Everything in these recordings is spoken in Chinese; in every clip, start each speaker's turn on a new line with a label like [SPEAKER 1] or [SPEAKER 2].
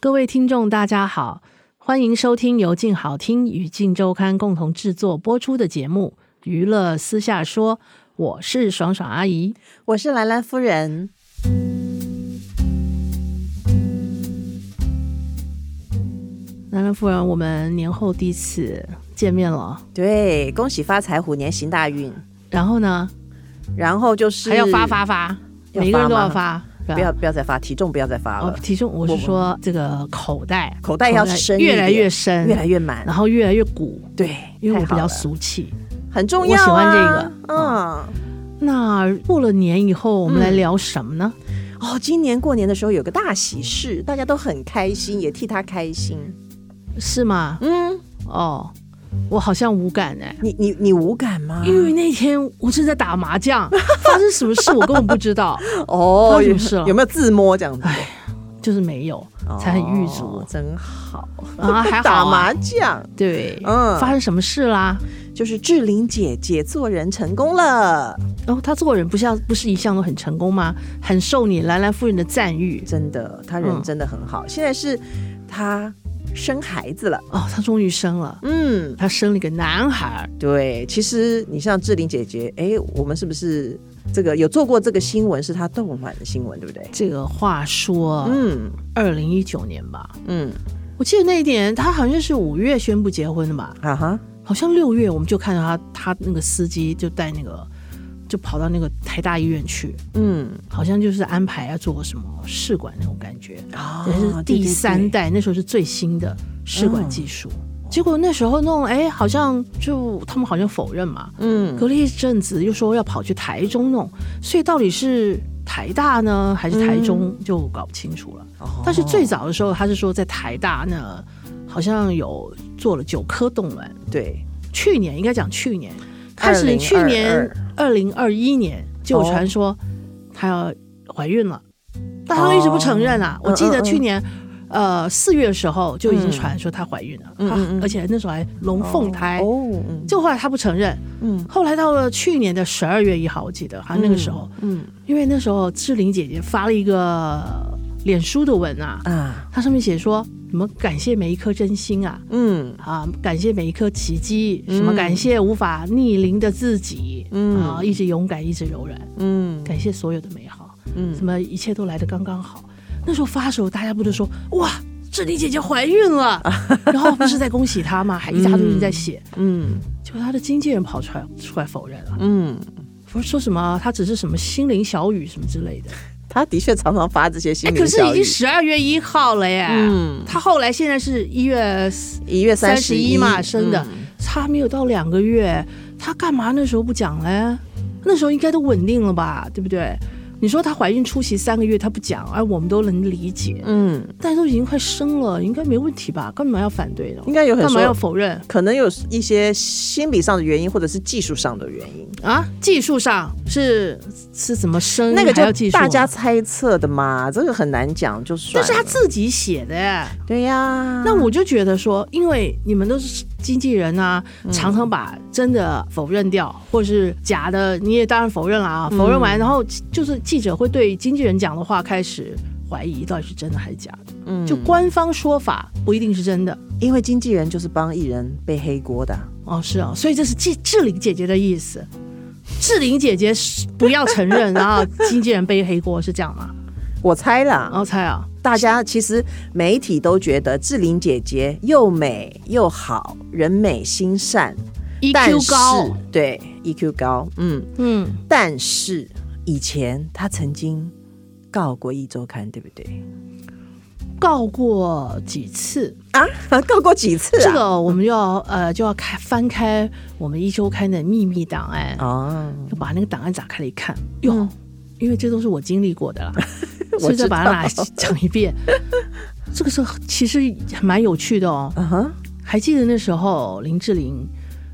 [SPEAKER 1] 各位听众，大家好，欢迎收听由静好听与静周刊共同制作播出的节目《娱乐私下说》，我是爽爽阿姨。
[SPEAKER 2] 我是兰兰夫人。
[SPEAKER 1] 兰兰夫人，我们年后第一次见面了，
[SPEAKER 2] 对，恭喜发财，虎年行大运。
[SPEAKER 1] 然后呢，
[SPEAKER 2] 然后就是
[SPEAKER 1] 还要发，发发，
[SPEAKER 2] 要
[SPEAKER 1] 每个人都要
[SPEAKER 2] 发
[SPEAKER 1] 发，是吧
[SPEAKER 2] 不要不要再发，体重不要再发
[SPEAKER 1] 哦
[SPEAKER 2] 了，，
[SPEAKER 1] 体重我是
[SPEAKER 2] 我
[SPEAKER 1] 说这个口袋，
[SPEAKER 2] 口袋要深一点
[SPEAKER 1] 越来越深，
[SPEAKER 2] 越来越满
[SPEAKER 1] 然。后越来越鼓，
[SPEAKER 2] 对，
[SPEAKER 1] 因为我
[SPEAKER 2] 太
[SPEAKER 1] 比
[SPEAKER 2] 好
[SPEAKER 1] 较
[SPEAKER 2] 了，
[SPEAKER 1] 俗气。
[SPEAKER 2] 很重要、啊。
[SPEAKER 1] 我喜欢这个
[SPEAKER 2] 嗯。
[SPEAKER 1] 那过了年以后，我们来聊什么呢？
[SPEAKER 2] 哦，今年过年的时候有个大喜事，大家都很开心，也替他开心。
[SPEAKER 1] 是吗？
[SPEAKER 2] 嗯，
[SPEAKER 1] 哦，我好像无感哎、
[SPEAKER 2] 你你你无感吗？
[SPEAKER 1] 因为那天我正在打麻将， 发生什么事我根本不知道，
[SPEAKER 2] 哦
[SPEAKER 1] 发生什么
[SPEAKER 2] 有
[SPEAKER 1] 事了
[SPEAKER 2] 有没有自摸这样子？
[SPEAKER 1] 就是没有，啊才很
[SPEAKER 2] 遇
[SPEAKER 1] 郁足
[SPEAKER 2] 真好。
[SPEAKER 1] 啊，还好、啊、
[SPEAKER 2] 打麻将
[SPEAKER 1] 对，
[SPEAKER 2] 嗯
[SPEAKER 1] 发生什么事啦？
[SPEAKER 2] 就是志玲姐姐做人成功了，
[SPEAKER 1] 然后他做人不像不是一向都很成功吗？很受你兰兰夫人的赞誉
[SPEAKER 2] 真的，她人
[SPEAKER 1] 嗯
[SPEAKER 2] 真的很好。现在是她生孩子了，
[SPEAKER 1] 哦，他终于生了，
[SPEAKER 2] 嗯，
[SPEAKER 1] 他生了一个男孩儿。
[SPEAKER 2] 对。其实你像志玲姐姐，哎，我们是不是这个有做过这个新闻？是她冻卵的新闻，对不对？
[SPEAKER 1] 这个话说，
[SPEAKER 2] 嗯
[SPEAKER 1] 二零一九年吧，
[SPEAKER 2] 嗯，
[SPEAKER 1] 我记得那一年他好像是五月宣布结婚的嘛，
[SPEAKER 2] 啊哈。
[SPEAKER 1] 好像六月我们就看到他他那个司机就带那个就跑到那个台大医院去，
[SPEAKER 2] 嗯，
[SPEAKER 1] 好像就是安排要做什么试管那种感觉，
[SPEAKER 2] 啊
[SPEAKER 1] 也是哦第三，代，那时候是最新的试管技术。结果那时候弄，哎，好像就他们好像否认嘛，
[SPEAKER 2] 嗯，
[SPEAKER 1] 隔了一阵子又说要跑去台中弄，所以到底是台大呢还是台中就搞不清楚了。但是
[SPEAKER 2] 哦
[SPEAKER 1] 最早的时候，他是说在台大呢，好像有做了九颗冻卵。
[SPEAKER 2] 对，
[SPEAKER 1] 去年应该讲去年开始，
[SPEAKER 2] 2022
[SPEAKER 1] 去年二零二一年就有传说她要怀孕了，但她都一直不承认啊。
[SPEAKER 2] 嗯
[SPEAKER 1] 我记得
[SPEAKER 2] 嗯
[SPEAKER 1] 去年。呃，四月的时候就已经传说她怀孕了，
[SPEAKER 2] 嗯
[SPEAKER 1] 她
[SPEAKER 2] 嗯嗯
[SPEAKER 1] 而且那时候还龙凤胎，
[SPEAKER 2] 哦，嗯
[SPEAKER 1] 就后来她不承认。
[SPEAKER 2] 嗯
[SPEAKER 1] 后来到了去年的十二月一号，我记得好像那个时候，
[SPEAKER 2] 嗯
[SPEAKER 1] 因为那时候志玲姐姐发了一个脸书的文啊，
[SPEAKER 2] 啊，
[SPEAKER 1] 它上面写说什么感谢每一颗真心啊，
[SPEAKER 2] 嗯
[SPEAKER 1] 啊，感谢每一颗奇迹，什么
[SPEAKER 2] 嗯
[SPEAKER 1] 感谢无法逆鳞的自己，
[SPEAKER 2] 嗯
[SPEAKER 1] 啊，一直勇敢，一直柔软，
[SPEAKER 2] 嗯
[SPEAKER 1] 感谢所有的美好，
[SPEAKER 2] 嗯
[SPEAKER 1] 什么一切都来得刚刚好。那时候发的时候，大家不都说哇，志玲姐姐怀孕 了，然后不是在恭喜她吗？还一大堆人在写，
[SPEAKER 2] 嗯
[SPEAKER 1] 结果她的经纪人跑出来出来否认了，
[SPEAKER 2] 嗯，
[SPEAKER 1] 不是说什么她只是什么心灵小雨什么之类的，
[SPEAKER 2] 他的确常常发这些新
[SPEAKER 1] 哎，
[SPEAKER 2] 闻。
[SPEAKER 1] 可是已经十二月一号了耶，
[SPEAKER 2] 嗯
[SPEAKER 1] 她后来现在是一月
[SPEAKER 2] 一月
[SPEAKER 1] 三
[SPEAKER 2] 十
[SPEAKER 1] 十一嘛生的，
[SPEAKER 2] 嗯
[SPEAKER 1] 差没有到两个月，她干嘛那时候不讲嘞？那时候应该都稳定了吧，对不对？你说她怀孕初期三个月她不讲，哎，我们都能理解，
[SPEAKER 2] 嗯，
[SPEAKER 1] 但都已经快生了，应该没问题吧？干嘛要反对呢？
[SPEAKER 2] 应该有很
[SPEAKER 1] 干嘛要
[SPEAKER 2] 多，
[SPEAKER 1] 否认
[SPEAKER 2] 可能有一些心理上的原因，或者是技术上的原因。
[SPEAKER 1] 啊？技术上是是怎么生？
[SPEAKER 2] 那个
[SPEAKER 1] 还要技
[SPEAKER 2] 就
[SPEAKER 1] 术啊，
[SPEAKER 2] 大家猜测的嘛，这个很难讲，就算
[SPEAKER 1] 但
[SPEAKER 2] 了。
[SPEAKER 1] 是他自己写的耶。
[SPEAKER 2] 对呀，
[SPEAKER 1] 那我就觉得说，因为你们都是经纪人啊，
[SPEAKER 2] 嗯
[SPEAKER 1] 常常把真的否认掉，或是假的，你也当然否认了
[SPEAKER 2] 嗯
[SPEAKER 1] 啊。否认完，然后就是记者会对经纪人讲的话开始怀疑，到底是真的还是假的？
[SPEAKER 2] 嗯
[SPEAKER 1] 就官方说法不一定是真的
[SPEAKER 2] 因为经纪人就是帮艺人背黑锅的，
[SPEAKER 1] 哦，是啊，所以这是志志玲姐姐的意思。志玲姐姐是不要承认，然后经纪人背黑锅是这样吗？
[SPEAKER 2] 我猜啦。
[SPEAKER 1] 然后猜啊，
[SPEAKER 2] 大家其实媒体都觉得志玲姐姐又美又好，人美心善但
[SPEAKER 1] ，EQ
[SPEAKER 2] 是
[SPEAKER 1] E 高，
[SPEAKER 2] 对 EQ 高，嗯，
[SPEAKER 1] 嗯，
[SPEAKER 2] 但是以前她曾经告过《一周刊》，对不对？
[SPEAKER 1] 告过几次？
[SPEAKER 2] 啊， 告过几次啊？
[SPEAKER 1] 这个我们就要呃就要开翻开我们一周刊的秘密档案，
[SPEAKER 2] 哦，
[SPEAKER 1] 就把那个档案打开来一看，哟，因为这都是我经历过的啦。
[SPEAKER 2] 嗯 我
[SPEAKER 1] 所以再
[SPEAKER 2] 知
[SPEAKER 1] 把它
[SPEAKER 2] 道
[SPEAKER 1] 拿来讲一遍。这个是其实蛮有趣的哦。
[SPEAKER 2] 嗯哼，
[SPEAKER 1] 还记得那时候林志玲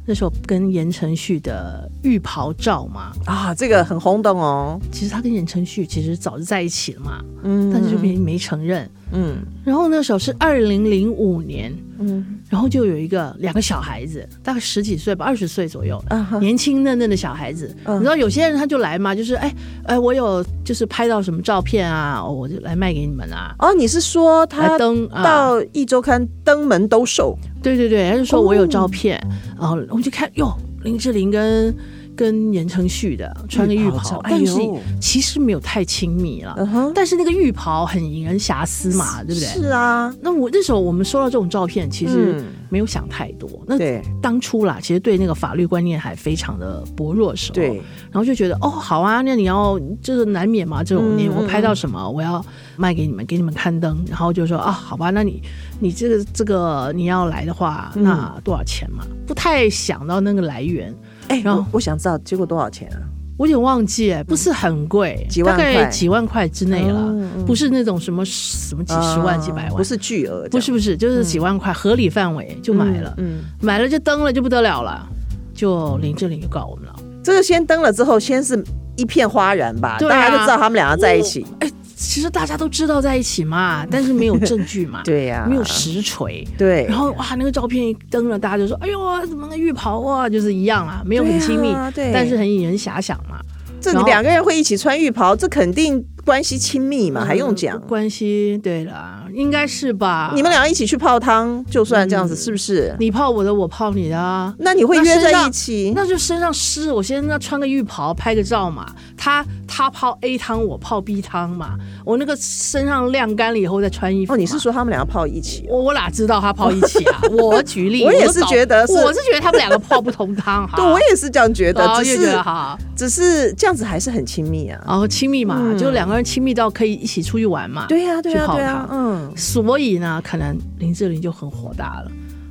[SPEAKER 1] 那时候跟言承旭的浴袍照吗？
[SPEAKER 2] 啊，这个很轰动哦。
[SPEAKER 1] 其实她跟言承旭其实早就在一起了嘛，
[SPEAKER 2] 嗯，
[SPEAKER 1] 但是就没没承认。
[SPEAKER 2] 嗯
[SPEAKER 1] 然后那时候是二零零五年，
[SPEAKER 2] 嗯
[SPEAKER 1] 然后就有一个两个小孩子，大概十几岁吧，二十岁左右，
[SPEAKER 2] 啊哈
[SPEAKER 1] 年轻嫩嫩的小孩子。
[SPEAKER 2] 嗯
[SPEAKER 1] 你知道有些人他就来嘛，就是哎哎，我有就是拍到什么照片啊，哦我就来卖给你们啊。
[SPEAKER 2] 哦，你是
[SPEAKER 1] 来
[SPEAKER 2] 说他
[SPEAKER 1] 登啊，
[SPEAKER 2] 到一周刊登门兜售？
[SPEAKER 1] 对对对，他就说我有照片，然
[SPEAKER 2] 哦
[SPEAKER 1] 后我就看哟，林志玲跟跟言承旭的穿个浴
[SPEAKER 2] 浴袍
[SPEAKER 1] 袍
[SPEAKER 2] 照，哎
[SPEAKER 1] 但
[SPEAKER 2] 呦
[SPEAKER 1] 是其实没有太亲密了，
[SPEAKER 2] 嗯哼，
[SPEAKER 1] 但是那个浴袍很引人遐思嘛，对不对？
[SPEAKER 2] 是啊，
[SPEAKER 1] 那我那时候我们收到这种照片，其实
[SPEAKER 2] 嗯
[SPEAKER 1] 没有想太多。那
[SPEAKER 2] 对
[SPEAKER 1] 当初啦，其实对那个法律观念还非常的薄弱的时候，
[SPEAKER 2] 对，
[SPEAKER 1] 然后就觉得哦，好啊，那你要就是难免嘛，这种
[SPEAKER 2] 嗯
[SPEAKER 1] 你
[SPEAKER 2] 嗯
[SPEAKER 1] 我拍到什么，我要卖给你们，给你们刊登，然后就说啊，好吧，那你你这个这个你要来的话，
[SPEAKER 2] 嗯
[SPEAKER 1] 那多少钱嘛？不太想到那个来源，
[SPEAKER 2] 哎，
[SPEAKER 1] 然后
[SPEAKER 2] 我我想知道结果多少钱啊？
[SPEAKER 1] 我有点忘记，不是很贵，
[SPEAKER 2] 几
[SPEAKER 1] 大
[SPEAKER 2] 万块
[SPEAKER 1] 概几万块之内了，
[SPEAKER 2] 嗯嗯
[SPEAKER 1] 不是那种什么什么几十万、
[SPEAKER 2] 啊
[SPEAKER 1] 几百万，
[SPEAKER 2] 不是巨额这样，
[SPEAKER 1] 不是不是，就是几万块、合理范围就买了，
[SPEAKER 2] 嗯，
[SPEAKER 1] 买了就登了就不得了了，就林志玲就告我们了。
[SPEAKER 2] 嗯这个先登了之后，先是一片哗然吧，
[SPEAKER 1] 对啊
[SPEAKER 2] 大家就知道他们两个在一起。
[SPEAKER 1] 哎、其实大家都知道在一起嘛，但是没有证据嘛，
[SPEAKER 2] 对啊呀
[SPEAKER 1] 没有实锤。
[SPEAKER 2] 对，
[SPEAKER 1] 然后哇，那个照片一登了，大家就说：“哎呦啊，怎么那浴袍啊，就是一样啊，没有很亲密，
[SPEAKER 2] 对啊对
[SPEAKER 1] 但是很引人遐想啊嘛。
[SPEAKER 2] 这
[SPEAKER 1] 然后
[SPEAKER 2] 两个人会一起穿浴袍，这肯定关系亲密嘛，还用讲
[SPEAKER 1] 嗯？关系？对了，应该是吧？
[SPEAKER 2] 你们俩一起去泡汤，就算这样子，是不是？
[SPEAKER 1] 你泡我的，我泡你的啊。
[SPEAKER 2] 那你会
[SPEAKER 1] 嗯那
[SPEAKER 2] 约
[SPEAKER 1] 身
[SPEAKER 2] 在
[SPEAKER 1] 上
[SPEAKER 2] 一起？
[SPEAKER 1] 那就身上湿，我先那穿个浴袍拍个照嘛。他他泡 A 汤，我泡 B 汤嘛。我那个身上晾干了以后再穿衣服嘛。
[SPEAKER 2] 哦，你是说他们两个泡一起？哦
[SPEAKER 1] 我我哪知道他泡一起 啊？我举例，
[SPEAKER 2] 我也
[SPEAKER 1] 都
[SPEAKER 2] 是
[SPEAKER 1] 搞
[SPEAKER 2] 觉得是
[SPEAKER 1] 我是觉得他们两个泡不同 汤哈。
[SPEAKER 2] 对，我也是这样觉得，
[SPEAKER 1] 啊哦
[SPEAKER 2] 只
[SPEAKER 1] 越觉
[SPEAKER 2] 是
[SPEAKER 1] 得好，
[SPEAKER 2] 只是这样子还是很亲密啊。
[SPEAKER 1] 然后亲密嘛，就两个人亲密到可以一起出去玩嘛。
[SPEAKER 2] 对呀，对
[SPEAKER 1] 去
[SPEAKER 2] 呀，
[SPEAKER 1] 泡
[SPEAKER 2] 对呀
[SPEAKER 1] 汤，
[SPEAKER 2] 嗯，
[SPEAKER 1] 所以呢，可能林志玲就很火大了。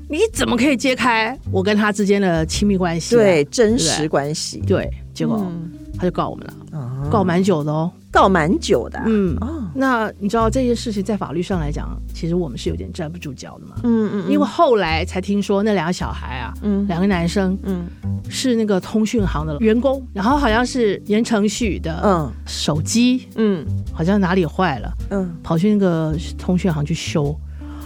[SPEAKER 1] 你怎么可以揭开我跟他之间的亲密关系啊？
[SPEAKER 2] 对，真
[SPEAKER 1] 对
[SPEAKER 2] 实关系
[SPEAKER 1] 对，结果
[SPEAKER 2] 嗯
[SPEAKER 1] 他就告我们了，
[SPEAKER 2] 啊
[SPEAKER 1] 告蛮久的哦。
[SPEAKER 2] 告蛮久的啊，
[SPEAKER 1] 嗯，
[SPEAKER 2] 哦，
[SPEAKER 1] 那你知道这件事情在法律上来讲，其实我们是有点站不住脚的嘛。
[SPEAKER 2] 嗯嗯
[SPEAKER 1] 因为后来才听说那两个小孩啊，
[SPEAKER 2] 嗯
[SPEAKER 1] 两个男生
[SPEAKER 2] 嗯
[SPEAKER 1] 是那个通讯行的员工，然后好像是言承旭的
[SPEAKER 2] 嗯
[SPEAKER 1] 手机
[SPEAKER 2] 嗯
[SPEAKER 1] 好像哪里坏了，
[SPEAKER 2] 嗯，
[SPEAKER 1] 跑去那个通讯行去修，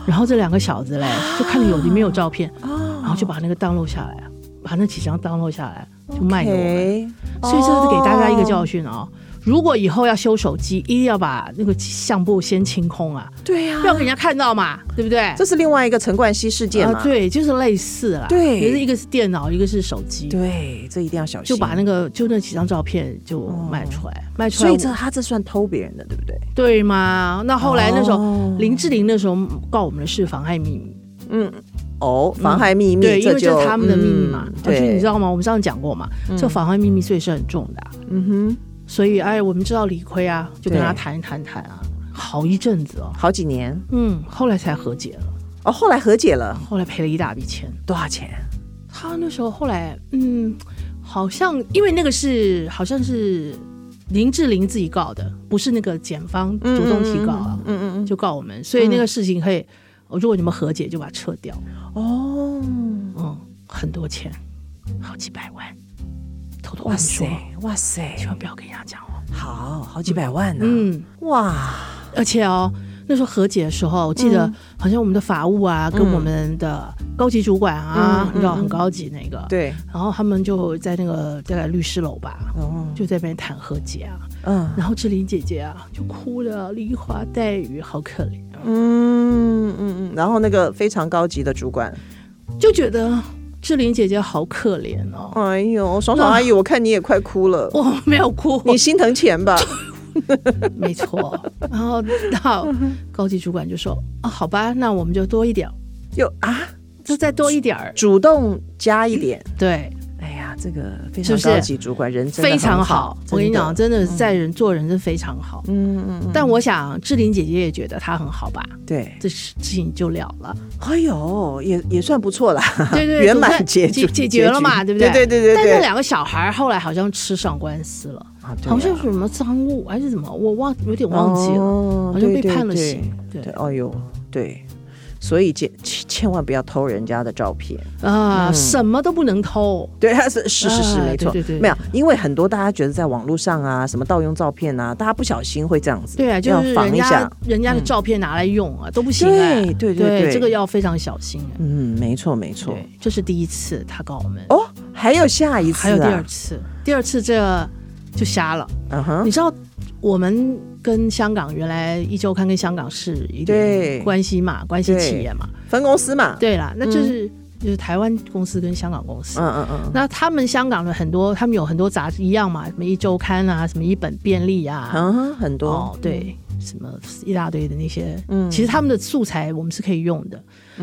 [SPEAKER 1] 然后这两个小子嘞
[SPEAKER 2] 啊
[SPEAKER 1] 就看了有里面有照片，
[SPEAKER 2] 哦，
[SPEAKER 1] 然后就把那个当录下来，把那几张当录下来就卖给我们，所
[SPEAKER 2] OK，
[SPEAKER 1] 以这是给大家一个教
[SPEAKER 2] 哦，
[SPEAKER 1] 训哦。如果以后要修手机，一定要把那个相簿先清空啊，
[SPEAKER 2] 对呀
[SPEAKER 1] 不，要给人家看到嘛，对不对？
[SPEAKER 2] 这是另外一个陈冠希事件
[SPEAKER 1] 啊、
[SPEAKER 2] 嘛？
[SPEAKER 1] 对，就是类似啦，
[SPEAKER 2] 对
[SPEAKER 1] 也是一个是电脑，一个是手机，
[SPEAKER 2] 对，这一定要小心。
[SPEAKER 1] 就把那个就那几张照片就卖出来，卖出
[SPEAKER 2] 哦所
[SPEAKER 1] 来
[SPEAKER 2] 以
[SPEAKER 1] 我，
[SPEAKER 2] 这他这算偷别人的，对不对？
[SPEAKER 1] 对吗？那后来那时候、
[SPEAKER 2] 哦
[SPEAKER 1] 林志玲那时候告我们的是妨害秘密，
[SPEAKER 2] 嗯，哦，妨害秘密，
[SPEAKER 1] 对，因
[SPEAKER 2] 这
[SPEAKER 1] 为这
[SPEAKER 2] 就是
[SPEAKER 1] 他们的秘密嘛
[SPEAKER 2] 嗯。
[SPEAKER 1] 而且
[SPEAKER 2] 对，
[SPEAKER 1] 你知道吗？我们上次讲过嘛，这妨害秘密罪是很重的啊、
[SPEAKER 2] 嗯
[SPEAKER 1] 所以哎，我们知道理亏啊，就跟
[SPEAKER 2] 对
[SPEAKER 1] 他谈一谈谈啊，好一阵子哦
[SPEAKER 2] 哼，，好几年
[SPEAKER 1] 嗯，后来才和解了，
[SPEAKER 2] 哦，后来和解了，
[SPEAKER 1] 后来赔了一大笔钱。
[SPEAKER 2] 多少钱？
[SPEAKER 1] 他那时候后来，嗯，好像因为那个是好像是林志玲自己告的，不是那个检方主动提告啊，
[SPEAKER 2] 嗯嗯嗯，
[SPEAKER 1] 就告我们，所以那个事情可以，如果你们和解就把它撤掉，
[SPEAKER 2] 哦，
[SPEAKER 1] 嗯，很多钱，好几百万，偷偷跟
[SPEAKER 2] 哇
[SPEAKER 1] 你说
[SPEAKER 2] 塞，，哇塞，
[SPEAKER 1] 千万不要跟人家讲哦，
[SPEAKER 2] 好好几百万呢，
[SPEAKER 1] 嗯，
[SPEAKER 2] 哇，
[SPEAKER 1] 而且哦。那时候和解的时候，我记得好像我们的法务啊，跟
[SPEAKER 2] 嗯
[SPEAKER 1] 我们的高级主管啊，
[SPEAKER 2] 嗯
[SPEAKER 1] 你知道
[SPEAKER 2] 嗯
[SPEAKER 1] 很高级那个，
[SPEAKER 2] 对，
[SPEAKER 1] 然后他们就在那个大概律师楼吧，
[SPEAKER 2] 哦，
[SPEAKER 1] 就在那边谈和解啊，
[SPEAKER 2] 嗯
[SPEAKER 1] 然后志玲姐姐啊就哭的梨花带雨，好可怜啊，
[SPEAKER 2] 嗯嗯嗯，然后那个非常高级的主管，
[SPEAKER 1] 就觉得志玲姐姐好可怜哦。
[SPEAKER 2] 哎呦，爽爽阿姨，我看你也快哭了，
[SPEAKER 1] 我没有哭，
[SPEAKER 2] 你心疼钱吧？
[SPEAKER 1] 没错。然后到高级主管就说：“啊，好吧，那我们就多一点儿，
[SPEAKER 2] 又啊，
[SPEAKER 1] 就再多一点儿。
[SPEAKER 2] 主动加一点。”
[SPEAKER 1] 对，
[SPEAKER 2] 哎呀，这个非
[SPEAKER 1] 是不
[SPEAKER 2] 常
[SPEAKER 1] 是
[SPEAKER 2] 高级主管人真的
[SPEAKER 1] 非常
[SPEAKER 2] 很
[SPEAKER 1] 好。我跟你讲，
[SPEAKER 2] 真的
[SPEAKER 1] 真的在人做人是非常好。
[SPEAKER 2] 嗯嗯嗯，
[SPEAKER 1] 但我想志玲姐姐也觉得她很好吧，
[SPEAKER 2] 对，
[SPEAKER 1] 这事情就了了。
[SPEAKER 2] 哎呦，也也算不错啦，
[SPEAKER 1] 对对，
[SPEAKER 2] 圆
[SPEAKER 1] 总
[SPEAKER 2] 满
[SPEAKER 1] 算
[SPEAKER 2] 结局
[SPEAKER 1] 解决了嘛，
[SPEAKER 2] 结
[SPEAKER 1] 对
[SPEAKER 2] 局
[SPEAKER 1] 不对？
[SPEAKER 2] 对对对对对
[SPEAKER 1] 但是两个小孩后来好像吃上官司了，
[SPEAKER 2] 啊，对啊
[SPEAKER 1] 好像是什么赃物还是什么，我忘有点忘记了，
[SPEAKER 2] 哦
[SPEAKER 1] 好像被
[SPEAKER 2] 对
[SPEAKER 1] 判了
[SPEAKER 2] 对
[SPEAKER 1] 刑。对
[SPEAKER 2] 对，哦呦，对，所以千千千万不要偷人家的照片。 嗯
[SPEAKER 1] 啊，什么都不能偷。
[SPEAKER 2] 对，他是是是是，
[SPEAKER 1] 啊
[SPEAKER 2] 没错，
[SPEAKER 1] 对对对
[SPEAKER 2] 没有，因为很多大家觉得在网络上啊，什么盗用照片啊，大家不小心会这样子，
[SPEAKER 1] 对啊，就
[SPEAKER 2] 要
[SPEAKER 1] 是
[SPEAKER 2] 防
[SPEAKER 1] 人
[SPEAKER 2] 一
[SPEAKER 1] 家
[SPEAKER 2] 下。嗯
[SPEAKER 1] 人家的照片拿来用啊，都不行哎。
[SPEAKER 2] 对对对对
[SPEAKER 1] 这个要非常小心哎。
[SPEAKER 2] 嗯，没错没错。
[SPEAKER 1] 对，这是第一次他告我们，
[SPEAKER 2] 哦，还有下一次、啊，
[SPEAKER 1] 还有第二，次，第二次这就瞎了。
[SPEAKER 2] 嗯哼
[SPEAKER 1] 你，知道我们跟香港原来一周刊跟香港是一
[SPEAKER 2] 对
[SPEAKER 1] 点关系嘛，关系企业嘛，
[SPEAKER 2] 分公司嘛，，
[SPEAKER 1] 对啦，那就是、就是台湾公司跟香港公司。
[SPEAKER 2] 嗯嗯嗯，
[SPEAKER 1] 那他们香港的很多，他们有很多杂志一样嘛，什么一周刊啊，什么一本便利啊，
[SPEAKER 2] 嗯哼，很多，
[SPEAKER 1] 哦，对，什么一大堆的那些，
[SPEAKER 2] 嗯
[SPEAKER 1] 其实他们的素材我们是可以用的。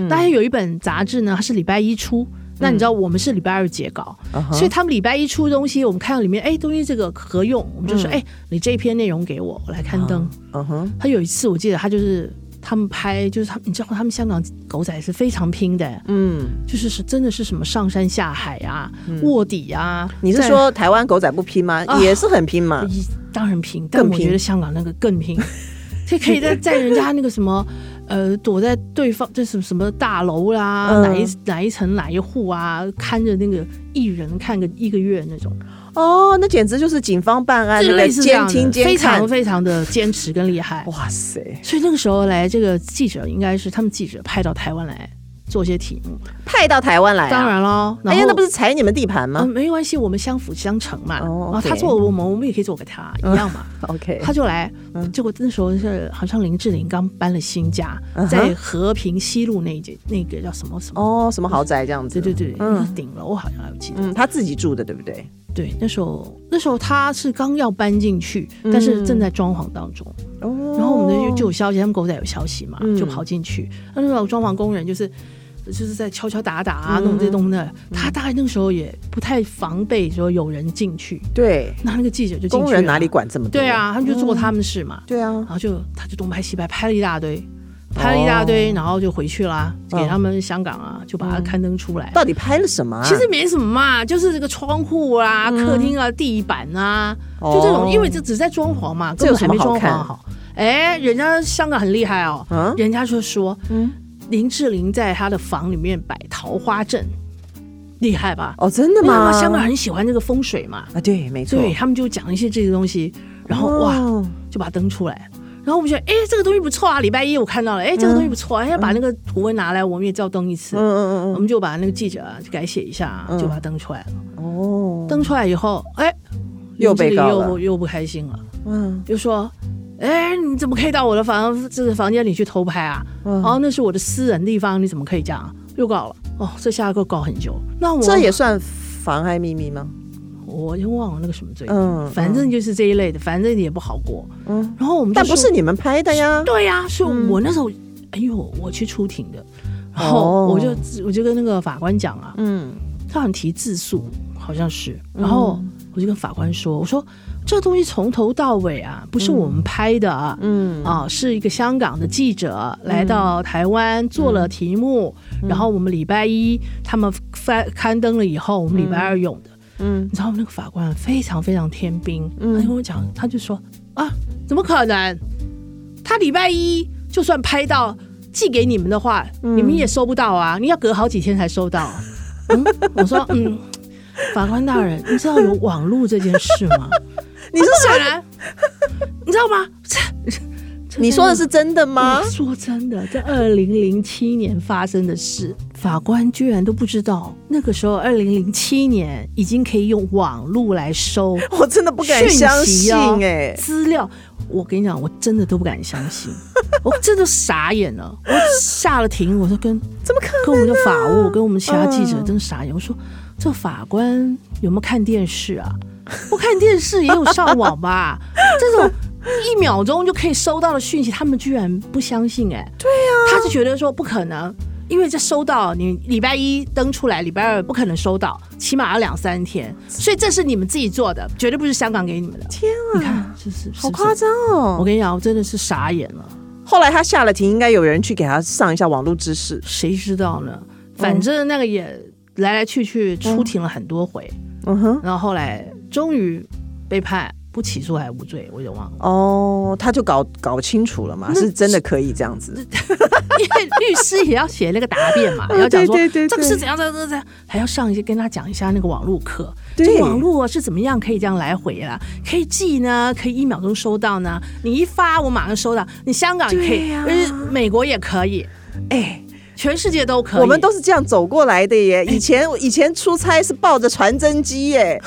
[SPEAKER 1] 但是有一本杂志呢，它是礼拜一出，那你知道我们是礼拜二截稿，
[SPEAKER 2] 嗯哼
[SPEAKER 1] 所以他们礼拜一出的东西，我们看到里面，哎，东西这个合用，我们就说，哎、你这篇内容给我，我来刊登。
[SPEAKER 2] 嗯哼，
[SPEAKER 1] 他有一次我记得他就是。他们拍就是他，你知道他们香港狗仔是非常拼的，
[SPEAKER 2] 嗯，
[SPEAKER 1] 就是是真的是什么上山下海啊、卧底啊。
[SPEAKER 2] 你是
[SPEAKER 1] 在
[SPEAKER 2] 说台湾狗仔不拼吗？
[SPEAKER 1] 啊
[SPEAKER 2] 也是很拼嘛，
[SPEAKER 1] 一当然拼，但我
[SPEAKER 2] 拼
[SPEAKER 1] 觉得香港那个更 拼，所以可以在在人家那个什么，呃，躲在对方这什么什么大楼啦，
[SPEAKER 2] 嗯
[SPEAKER 1] 哪一哪一层哪一户啊，看着那个艺人看个一个月那种，
[SPEAKER 2] 哦，那简直就是警方办案
[SPEAKER 1] 就
[SPEAKER 2] 那个
[SPEAKER 1] 类似这
[SPEAKER 2] 监
[SPEAKER 1] 样
[SPEAKER 2] 听
[SPEAKER 1] 的，非
[SPEAKER 2] 监看
[SPEAKER 1] 常，非常的坚持跟厉害。
[SPEAKER 2] 哇塞，
[SPEAKER 1] 所以那个时候来，这个记者应该是他们记者派到台湾来做些题目，
[SPEAKER 2] 派到台湾来、啊，
[SPEAKER 1] 当，然喽，然
[SPEAKER 2] 哎
[SPEAKER 1] 后
[SPEAKER 2] 呀，那不是踩你们地盘
[SPEAKER 1] 嗯
[SPEAKER 2] 吗、
[SPEAKER 1] 没关系，我们相辅相成嘛。
[SPEAKER 2] 哦嗯
[SPEAKER 1] 然后他
[SPEAKER 2] OK
[SPEAKER 1] 做我们，我们也可以做给他一样嘛。
[SPEAKER 2] o k
[SPEAKER 1] 他就来，
[SPEAKER 2] 嗯
[SPEAKER 1] 结果那时候是好像林志玲刚搬了新家，
[SPEAKER 2] 嗯哼
[SPEAKER 1] 在和平西路那一间那个叫什么什么，
[SPEAKER 2] 哦，什么豪宅这样子，
[SPEAKER 1] 对对对，
[SPEAKER 2] 嗯
[SPEAKER 1] 那个顶楼好像我记得，
[SPEAKER 2] 嗯，他自己住的，对不对？
[SPEAKER 1] 对，那时候那时候他是刚要搬进去，但是正在装潢当中，
[SPEAKER 2] 嗯哦
[SPEAKER 1] 然后我们就就有消息，他们狗仔有消息嘛，
[SPEAKER 2] 嗯
[SPEAKER 1] 就跑进去，那时候装潢工人就是。就是在敲敲打打
[SPEAKER 2] 嗯
[SPEAKER 1] 啊，弄这弄那。他大概那个时候也不太防备，说有人进去，
[SPEAKER 2] 对，
[SPEAKER 1] 那那个记者就进去了
[SPEAKER 2] 工人哪里？管这么多？
[SPEAKER 1] 对，啊，他们就做他们的事嘛。
[SPEAKER 2] 对啊
[SPEAKER 1] 然，后就他就东拍西拍，拍了一大堆，
[SPEAKER 2] 哦
[SPEAKER 1] 拍了一大堆，然后就回去啦，
[SPEAKER 2] 嗯
[SPEAKER 1] 给他们香港啊，就把它刊登出来。
[SPEAKER 2] 到底拍了什么、啊？
[SPEAKER 1] 其实没什么嘛，就是这个窗户啊、客厅啊、地板啊，
[SPEAKER 2] 嗯哦
[SPEAKER 1] 就这种，因为这只是在装潢嘛，根
[SPEAKER 2] 有
[SPEAKER 1] 本还
[SPEAKER 2] 什么
[SPEAKER 1] 没装
[SPEAKER 2] 好
[SPEAKER 1] 潢
[SPEAKER 2] 看
[SPEAKER 1] 好。哎，人家香港很厉害哦，
[SPEAKER 2] 嗯
[SPEAKER 1] 人家就说
[SPEAKER 2] 嗯
[SPEAKER 1] 林志玲在她的房里面摆桃花阵，厉害吧？
[SPEAKER 2] 哦，真的
[SPEAKER 1] 因为他
[SPEAKER 2] 吗？
[SPEAKER 1] 们香港人很喜欢这个风水嘛，
[SPEAKER 2] 啊，对，没错，
[SPEAKER 1] 对他们就讲一些这些东西，然后哇，
[SPEAKER 2] 哦
[SPEAKER 1] 就把它登出来。然后我们觉得，哎，这个东西不错啊！礼拜一我看到了，哎，这个东西不错、啊，哎、把那个图文拿来，我们也照登一次。
[SPEAKER 2] 嗯嗯
[SPEAKER 1] 我们就把那个记者啊就改写一下啊，
[SPEAKER 2] 嗯
[SPEAKER 1] 就把它登出来了。
[SPEAKER 2] 嗯，哦，
[SPEAKER 1] 登出来以后，哎，
[SPEAKER 2] 又被
[SPEAKER 1] 林志玲
[SPEAKER 2] 告
[SPEAKER 1] 又
[SPEAKER 2] 了
[SPEAKER 1] 不又不开心了，
[SPEAKER 2] 嗯
[SPEAKER 1] 就说，哎，你怎么可以到我的房这个房间里去偷拍啊？
[SPEAKER 2] 嗯
[SPEAKER 1] 哦，那是我的私人地方，你怎么可以这样啊？又告了，哦，这下够告很久。那我
[SPEAKER 2] 这也算妨害秘密吗？
[SPEAKER 1] 我就忘了那个什么罪，
[SPEAKER 2] 嗯
[SPEAKER 1] 反正就是这一类的，反正也不好过。
[SPEAKER 2] 嗯，
[SPEAKER 1] 然后我们就
[SPEAKER 2] 但不
[SPEAKER 1] 说
[SPEAKER 2] 是你们拍的呀，
[SPEAKER 1] 对呀、所以我那时候，哎呦，我去出庭的，然后我就、我就跟那个法官讲啊，
[SPEAKER 2] 嗯，
[SPEAKER 1] 他好像提自诉，好像是，然后我就跟法官说，我说这东西从头到尾啊，不是我们拍的啊。
[SPEAKER 2] 嗯
[SPEAKER 1] 啊，是一个香港的记者来到台湾做了题目，然后我们礼拜一他们翻刊登了以后，我们礼拜二用的。
[SPEAKER 2] 嗯
[SPEAKER 1] 你知道我们那个法官啊非常非常天兵，
[SPEAKER 2] 嗯
[SPEAKER 1] 他就跟我讲，他就说啊，怎么可能？他礼拜一就算拍到寄给你们的话，你
[SPEAKER 2] 嗯
[SPEAKER 1] 们也收不到啊，你要隔好几天才收到。嗯，我说嗯，法官大人，你知道有网络这件事吗？
[SPEAKER 2] 你是
[SPEAKER 1] 当 然，你知道吗？这
[SPEAKER 2] 你说的是嗯真的吗
[SPEAKER 1] 我？哎说真的，在二零零七年发生的事，法官居然都不知道。那个时候，二零零七年已经可以用网络来收
[SPEAKER 2] 我真的不敢
[SPEAKER 1] 讯息
[SPEAKER 2] 相信
[SPEAKER 1] 哦
[SPEAKER 2] 哎、
[SPEAKER 1] 资料。我跟你讲，我真的都不敢相信，我真的傻眼了。我下了庭，我说跟
[SPEAKER 2] 怎么可能？
[SPEAKER 1] 跟我们的法 务，跟我们其他记者
[SPEAKER 2] 嗯
[SPEAKER 1] 真的傻眼。我说这法官有没有看电视啊？不看电视也有上网吧？ 这种一秒钟就可以收到的讯息，他们居然不相信哎、对呀、他是觉得说不可能。因为这收到你礼拜一登出来，礼拜二不可能收到，起码要两三天，所以这是你们自己做的，绝对不是香港给你们的。
[SPEAKER 2] 天
[SPEAKER 1] 你
[SPEAKER 2] 啊，
[SPEAKER 1] 看，是是
[SPEAKER 2] 好夸！张
[SPEAKER 1] 是我
[SPEAKER 2] 哦！
[SPEAKER 1] 跟你讲，我真的是傻眼了。
[SPEAKER 2] 后来他下了庭，应该有人去给他上一下网络知识。
[SPEAKER 1] 谁知道呢？
[SPEAKER 2] 嗯
[SPEAKER 1] 反正那个也来来去去出庭了很多回，
[SPEAKER 2] 嗯哼，
[SPEAKER 1] 然后后来终于被判不起诉还是无罪，我有点 忘了。
[SPEAKER 2] 哦，他就搞搞清楚了嘛，
[SPEAKER 1] 那
[SPEAKER 2] 是真的可以这样子，
[SPEAKER 1] 因为律师也要写那个答辩 嘛，
[SPEAKER 2] 嗯
[SPEAKER 1] 要讲说
[SPEAKER 2] 对对对对
[SPEAKER 1] 这个是怎样怎样怎样怎样，还要上一些跟他讲一下那个网络课，
[SPEAKER 2] 对
[SPEAKER 1] 这个网络是怎么样可以这样来回啦，可以寄呢，可以一秒钟收到呢，你一发我马上收到，你香港也可
[SPEAKER 2] 对
[SPEAKER 1] 以，
[SPEAKER 2] 呀
[SPEAKER 1] 呃，美国也可以，
[SPEAKER 2] 哎。
[SPEAKER 1] 全世界都可以，
[SPEAKER 2] 我们都是这样走过来的耶。以前以前出差是抱着传真机耶，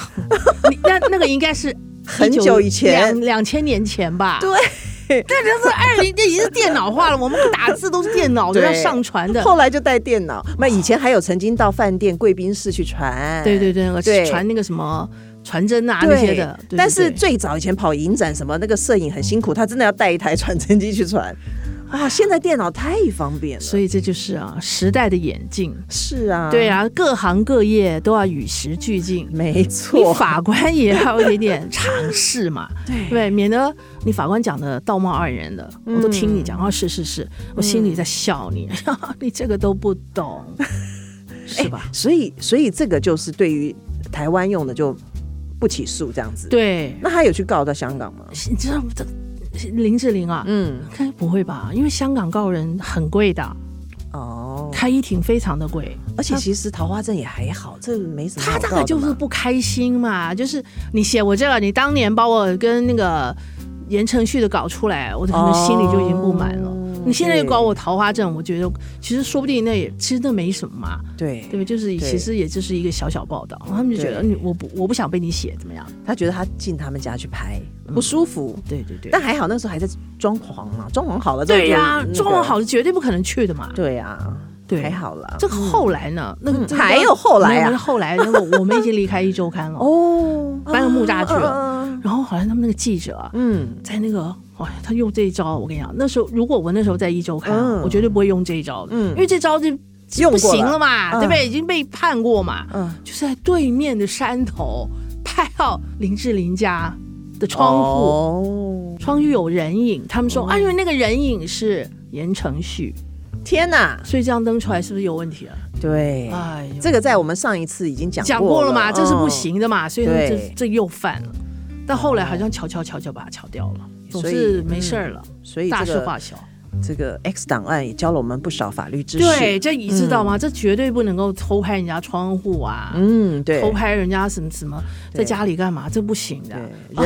[SPEAKER 1] 你那那个应该是
[SPEAKER 2] 很久以前
[SPEAKER 1] 两两千年前吧，
[SPEAKER 2] 对。
[SPEAKER 1] 那这是二零，这已经是电脑化了，我们打字都是电 脑的
[SPEAKER 2] 对
[SPEAKER 1] 要上传的，
[SPEAKER 2] 后来就带电脑。那以前还有曾经到饭店贵宾室去传，
[SPEAKER 1] 对对对，我
[SPEAKER 2] 对
[SPEAKER 1] 传那个什么传真啊
[SPEAKER 2] 对
[SPEAKER 1] 那些的，对对
[SPEAKER 2] 但是
[SPEAKER 1] 对
[SPEAKER 2] 最早以前跑影展什么，那个摄影很辛苦，他真的要带一台传真机去传。啊，现在电脑太方便了。
[SPEAKER 1] 所以这就是啊，时代的演进。
[SPEAKER 2] 是啊，
[SPEAKER 1] 对，啊，各行各业都要与时俱进。
[SPEAKER 2] 没
[SPEAKER 1] 你
[SPEAKER 2] 错，
[SPEAKER 1] 法官也要有一点点尝试嘛，
[SPEAKER 2] 对嗯
[SPEAKER 1] 对，免得你法官讲的道貌岸然的，我都听你讲啊，是是是，我心里在笑你， 你这个都不懂， 是吧？
[SPEAKER 2] 所以所以这个就是对于台湾用的就不起诉这样子。，
[SPEAKER 1] 对，
[SPEAKER 2] 那他有去告到香港吗？
[SPEAKER 1] 你知道这林志玲啊，
[SPEAKER 2] 嗯，
[SPEAKER 1] 应该不会吧？因为香港告人很贵的，
[SPEAKER 2] 哦，
[SPEAKER 1] 开一庭非常的贵，
[SPEAKER 2] 而且其实桃花症也还好，这没什么
[SPEAKER 1] 他
[SPEAKER 2] 好
[SPEAKER 1] 大
[SPEAKER 2] 告
[SPEAKER 1] 概
[SPEAKER 2] 的
[SPEAKER 1] 就是
[SPEAKER 2] 嘛
[SPEAKER 1] 不开心嘛，就是你写我这个，你当年把我跟那个言承旭的搞出来，我可能心里就已经不满了。
[SPEAKER 2] 哦
[SPEAKER 1] 你现在又
[SPEAKER 2] 对
[SPEAKER 1] 搞我桃花症，我觉得其实说不定那也其实那没什么嘛，
[SPEAKER 2] 对
[SPEAKER 1] 对不，对？就是其实也就是一个小小报道，他们就觉得
[SPEAKER 2] 对
[SPEAKER 1] 你我不我不想被你写怎么样？
[SPEAKER 2] 他觉得他进他们家去拍
[SPEAKER 1] 嗯
[SPEAKER 2] 不舒服，
[SPEAKER 1] 对对对，
[SPEAKER 2] 但还好那时候还在装潢嘛，装潢好了之后
[SPEAKER 1] 对呀、
[SPEAKER 2] 就那个
[SPEAKER 1] 装潢，好是绝对不可能去的嘛。
[SPEAKER 2] 对呀，
[SPEAKER 1] 对
[SPEAKER 2] 还好啦。
[SPEAKER 1] 这个后来呢？那个
[SPEAKER 2] 嗯还有后来啊
[SPEAKER 1] 没有没有后来 那个我们已经离开一周刊了，
[SPEAKER 2] 哦，
[SPEAKER 1] 搬个木栅去了
[SPEAKER 2] 嗯
[SPEAKER 1] 然后好像他们那个记者啊，
[SPEAKER 2] 嗯，
[SPEAKER 1] 在那个，哇，他用这一招，我跟你讲，那时候如果我那时候在一周刊啊，
[SPEAKER 2] 嗯
[SPEAKER 1] 我绝对不会用这一招的，
[SPEAKER 2] 嗯
[SPEAKER 1] 因为这招就
[SPEAKER 2] 用
[SPEAKER 1] 不
[SPEAKER 2] 过
[SPEAKER 1] 行了
[SPEAKER 2] 了
[SPEAKER 1] 嘛，
[SPEAKER 2] 嗯
[SPEAKER 1] 对不对？已经被判过嘛，
[SPEAKER 2] 嗯
[SPEAKER 1] 就是在对面的山头拍到林志玲家的窗户，
[SPEAKER 2] 哦户。
[SPEAKER 1] 窗户有人影，他们
[SPEAKER 2] 哦
[SPEAKER 1] 说，啊，因为那个人影是言承旭，
[SPEAKER 2] 天哪，
[SPEAKER 1] 所以这样登出来是不是有问题了？
[SPEAKER 2] 对，
[SPEAKER 1] 哎呦，
[SPEAKER 2] 这个在我们上一次已经讲
[SPEAKER 1] 讲
[SPEAKER 2] 过
[SPEAKER 1] 过了嘛，这是不
[SPEAKER 2] 嗯
[SPEAKER 1] 行的嘛，所以这
[SPEAKER 2] 对
[SPEAKER 1] 这又犯了。但后来好像悄悄悄悄把它敲掉了，总
[SPEAKER 2] 哦所以嗯
[SPEAKER 1] 是没事儿了，
[SPEAKER 2] 所以
[SPEAKER 1] 大
[SPEAKER 2] 这
[SPEAKER 1] 事
[SPEAKER 2] 个
[SPEAKER 1] 化小。
[SPEAKER 2] 这个 X 档案也教了我们不少法律知识。
[SPEAKER 1] 对，，这你知道吗？这绝对不能够偷拍人家窗户啊，
[SPEAKER 2] 嗯，对，
[SPEAKER 1] 偷拍人家什么什么，
[SPEAKER 2] 对
[SPEAKER 1] 在家里干嘛？这不行的。
[SPEAKER 2] 对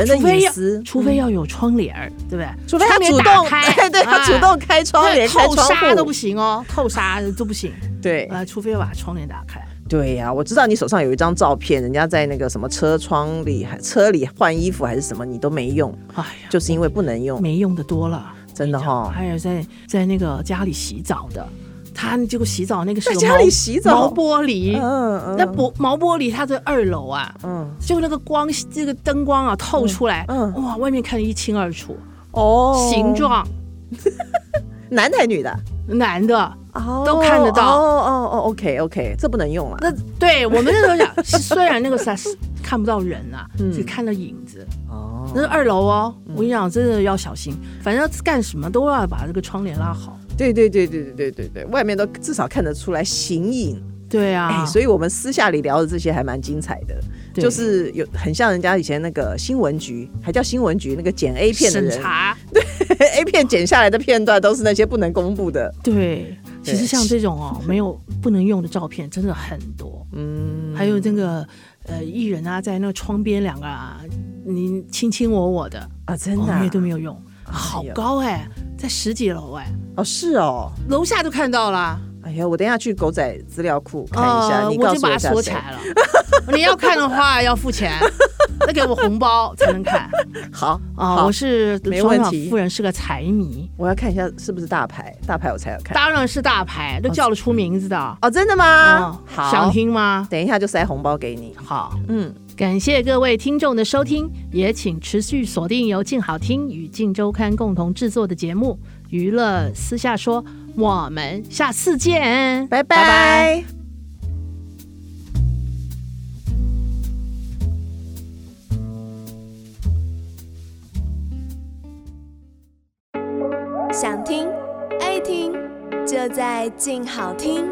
[SPEAKER 1] 啊
[SPEAKER 2] 人的
[SPEAKER 1] 除非
[SPEAKER 2] 隐
[SPEAKER 1] 要
[SPEAKER 2] 私嗯
[SPEAKER 1] 除非要有窗帘儿，对不对？
[SPEAKER 2] 除非
[SPEAKER 1] 窗
[SPEAKER 2] 他
[SPEAKER 1] 帘
[SPEAKER 2] 主
[SPEAKER 1] 打
[SPEAKER 2] 动，
[SPEAKER 1] 开
[SPEAKER 2] 对他主。
[SPEAKER 1] 哎
[SPEAKER 2] 动开窗帘、
[SPEAKER 1] 对
[SPEAKER 2] 开
[SPEAKER 1] 透
[SPEAKER 2] 窗
[SPEAKER 1] 纱
[SPEAKER 2] 户
[SPEAKER 1] 都不行哦，透纱都不行，
[SPEAKER 2] 对
[SPEAKER 1] 呃，除非把窗帘打开。
[SPEAKER 2] 对呀、我知道你手上有一张照片，人家在那个什么车窗里、还车里换衣服还是什么，你都没用，
[SPEAKER 1] 哎呀，
[SPEAKER 2] 就是因为不能用。
[SPEAKER 1] 没用的多了，
[SPEAKER 2] 真的
[SPEAKER 1] 哈、
[SPEAKER 2] 哈
[SPEAKER 1] 还有在在那个家里洗澡的，他结果洗澡那个是
[SPEAKER 2] 在
[SPEAKER 1] 个
[SPEAKER 2] 家
[SPEAKER 1] 毛
[SPEAKER 2] 里洗澡
[SPEAKER 1] 毛玻璃，
[SPEAKER 2] 嗯嗯
[SPEAKER 1] 那玻毛玻璃它的二楼啊，
[SPEAKER 2] 嗯
[SPEAKER 1] 就那个光这个灯光啊透出来，
[SPEAKER 2] 嗯
[SPEAKER 1] 哇，外面看得一清二楚，
[SPEAKER 2] 哦
[SPEAKER 1] 形，状，
[SPEAKER 2] 男的还女的
[SPEAKER 1] 男的。
[SPEAKER 2] 哦
[SPEAKER 1] 都看得到
[SPEAKER 2] 哦哦哦，OK OK，这不能用了。
[SPEAKER 1] 那对我们那时候讲， 虽然那个啥是看不到人啊，
[SPEAKER 2] 嗯
[SPEAKER 1] 只看到影子。
[SPEAKER 2] 哦，
[SPEAKER 1] 那是二楼哦，我跟你讲，真的要小心，反正干什么都要把这个窗帘拉好。
[SPEAKER 2] 对对对对对对对对，外面都至少看得出来形影。
[SPEAKER 1] 对
[SPEAKER 2] 哎、
[SPEAKER 1] 啊，
[SPEAKER 2] 所以我们私下里聊的这些还蛮精彩的，
[SPEAKER 1] 对
[SPEAKER 2] 就是有很像人家以前那个新闻局，还叫新闻局那个剪 A 片的
[SPEAKER 1] 审
[SPEAKER 2] 人
[SPEAKER 1] 查。
[SPEAKER 2] ，A 片剪下来的片段都是那些不能公布的。
[SPEAKER 1] 对，其实
[SPEAKER 2] 对
[SPEAKER 1] 像这种哦，没有不能用的照片真的很多，
[SPEAKER 2] 嗯，
[SPEAKER 1] 还有那个呃艺人啊，在那个窗边两个啊，你亲亲我我的，
[SPEAKER 2] 啊，真
[SPEAKER 1] 我
[SPEAKER 2] 的啊、
[SPEAKER 1] 们也都没有用，好
[SPEAKER 2] 呦
[SPEAKER 1] 高哎、在十几楼哎、
[SPEAKER 2] 哦，是哦。
[SPEAKER 1] 楼下都看到了，
[SPEAKER 2] 哎呀，我等一下去狗仔资料库看一下，
[SPEAKER 1] 呃，
[SPEAKER 2] 你
[SPEAKER 1] 我
[SPEAKER 2] 告
[SPEAKER 1] 就
[SPEAKER 2] 诉
[SPEAKER 1] 把它
[SPEAKER 2] 一下
[SPEAKER 1] 锁起
[SPEAKER 2] 谁？
[SPEAKER 1] 来了。 你要看的话要付钱，再给我红包才能 看
[SPEAKER 2] 好
[SPEAKER 1] 啊、
[SPEAKER 2] 好
[SPEAKER 1] 我是
[SPEAKER 2] 没
[SPEAKER 1] 双
[SPEAKER 2] 问
[SPEAKER 1] 小
[SPEAKER 2] 题
[SPEAKER 1] 夫人，是个财迷，
[SPEAKER 2] 我要看一下是不是大牌，大牌我才有看。
[SPEAKER 1] 当然是大牌，都叫得出名字的
[SPEAKER 2] 哦，真的吗？
[SPEAKER 1] 嗯
[SPEAKER 2] 好，
[SPEAKER 1] 想，听吗？
[SPEAKER 2] 等一下就塞红包给你。
[SPEAKER 1] 好。
[SPEAKER 2] 嗯，
[SPEAKER 1] 感谢各位听众的收听，也请持续锁定由静好听与静周刊共同制作的节目《娱乐私下说》，我们下次见，
[SPEAKER 2] 拜拜
[SPEAKER 3] 想听爱听，就在静好听。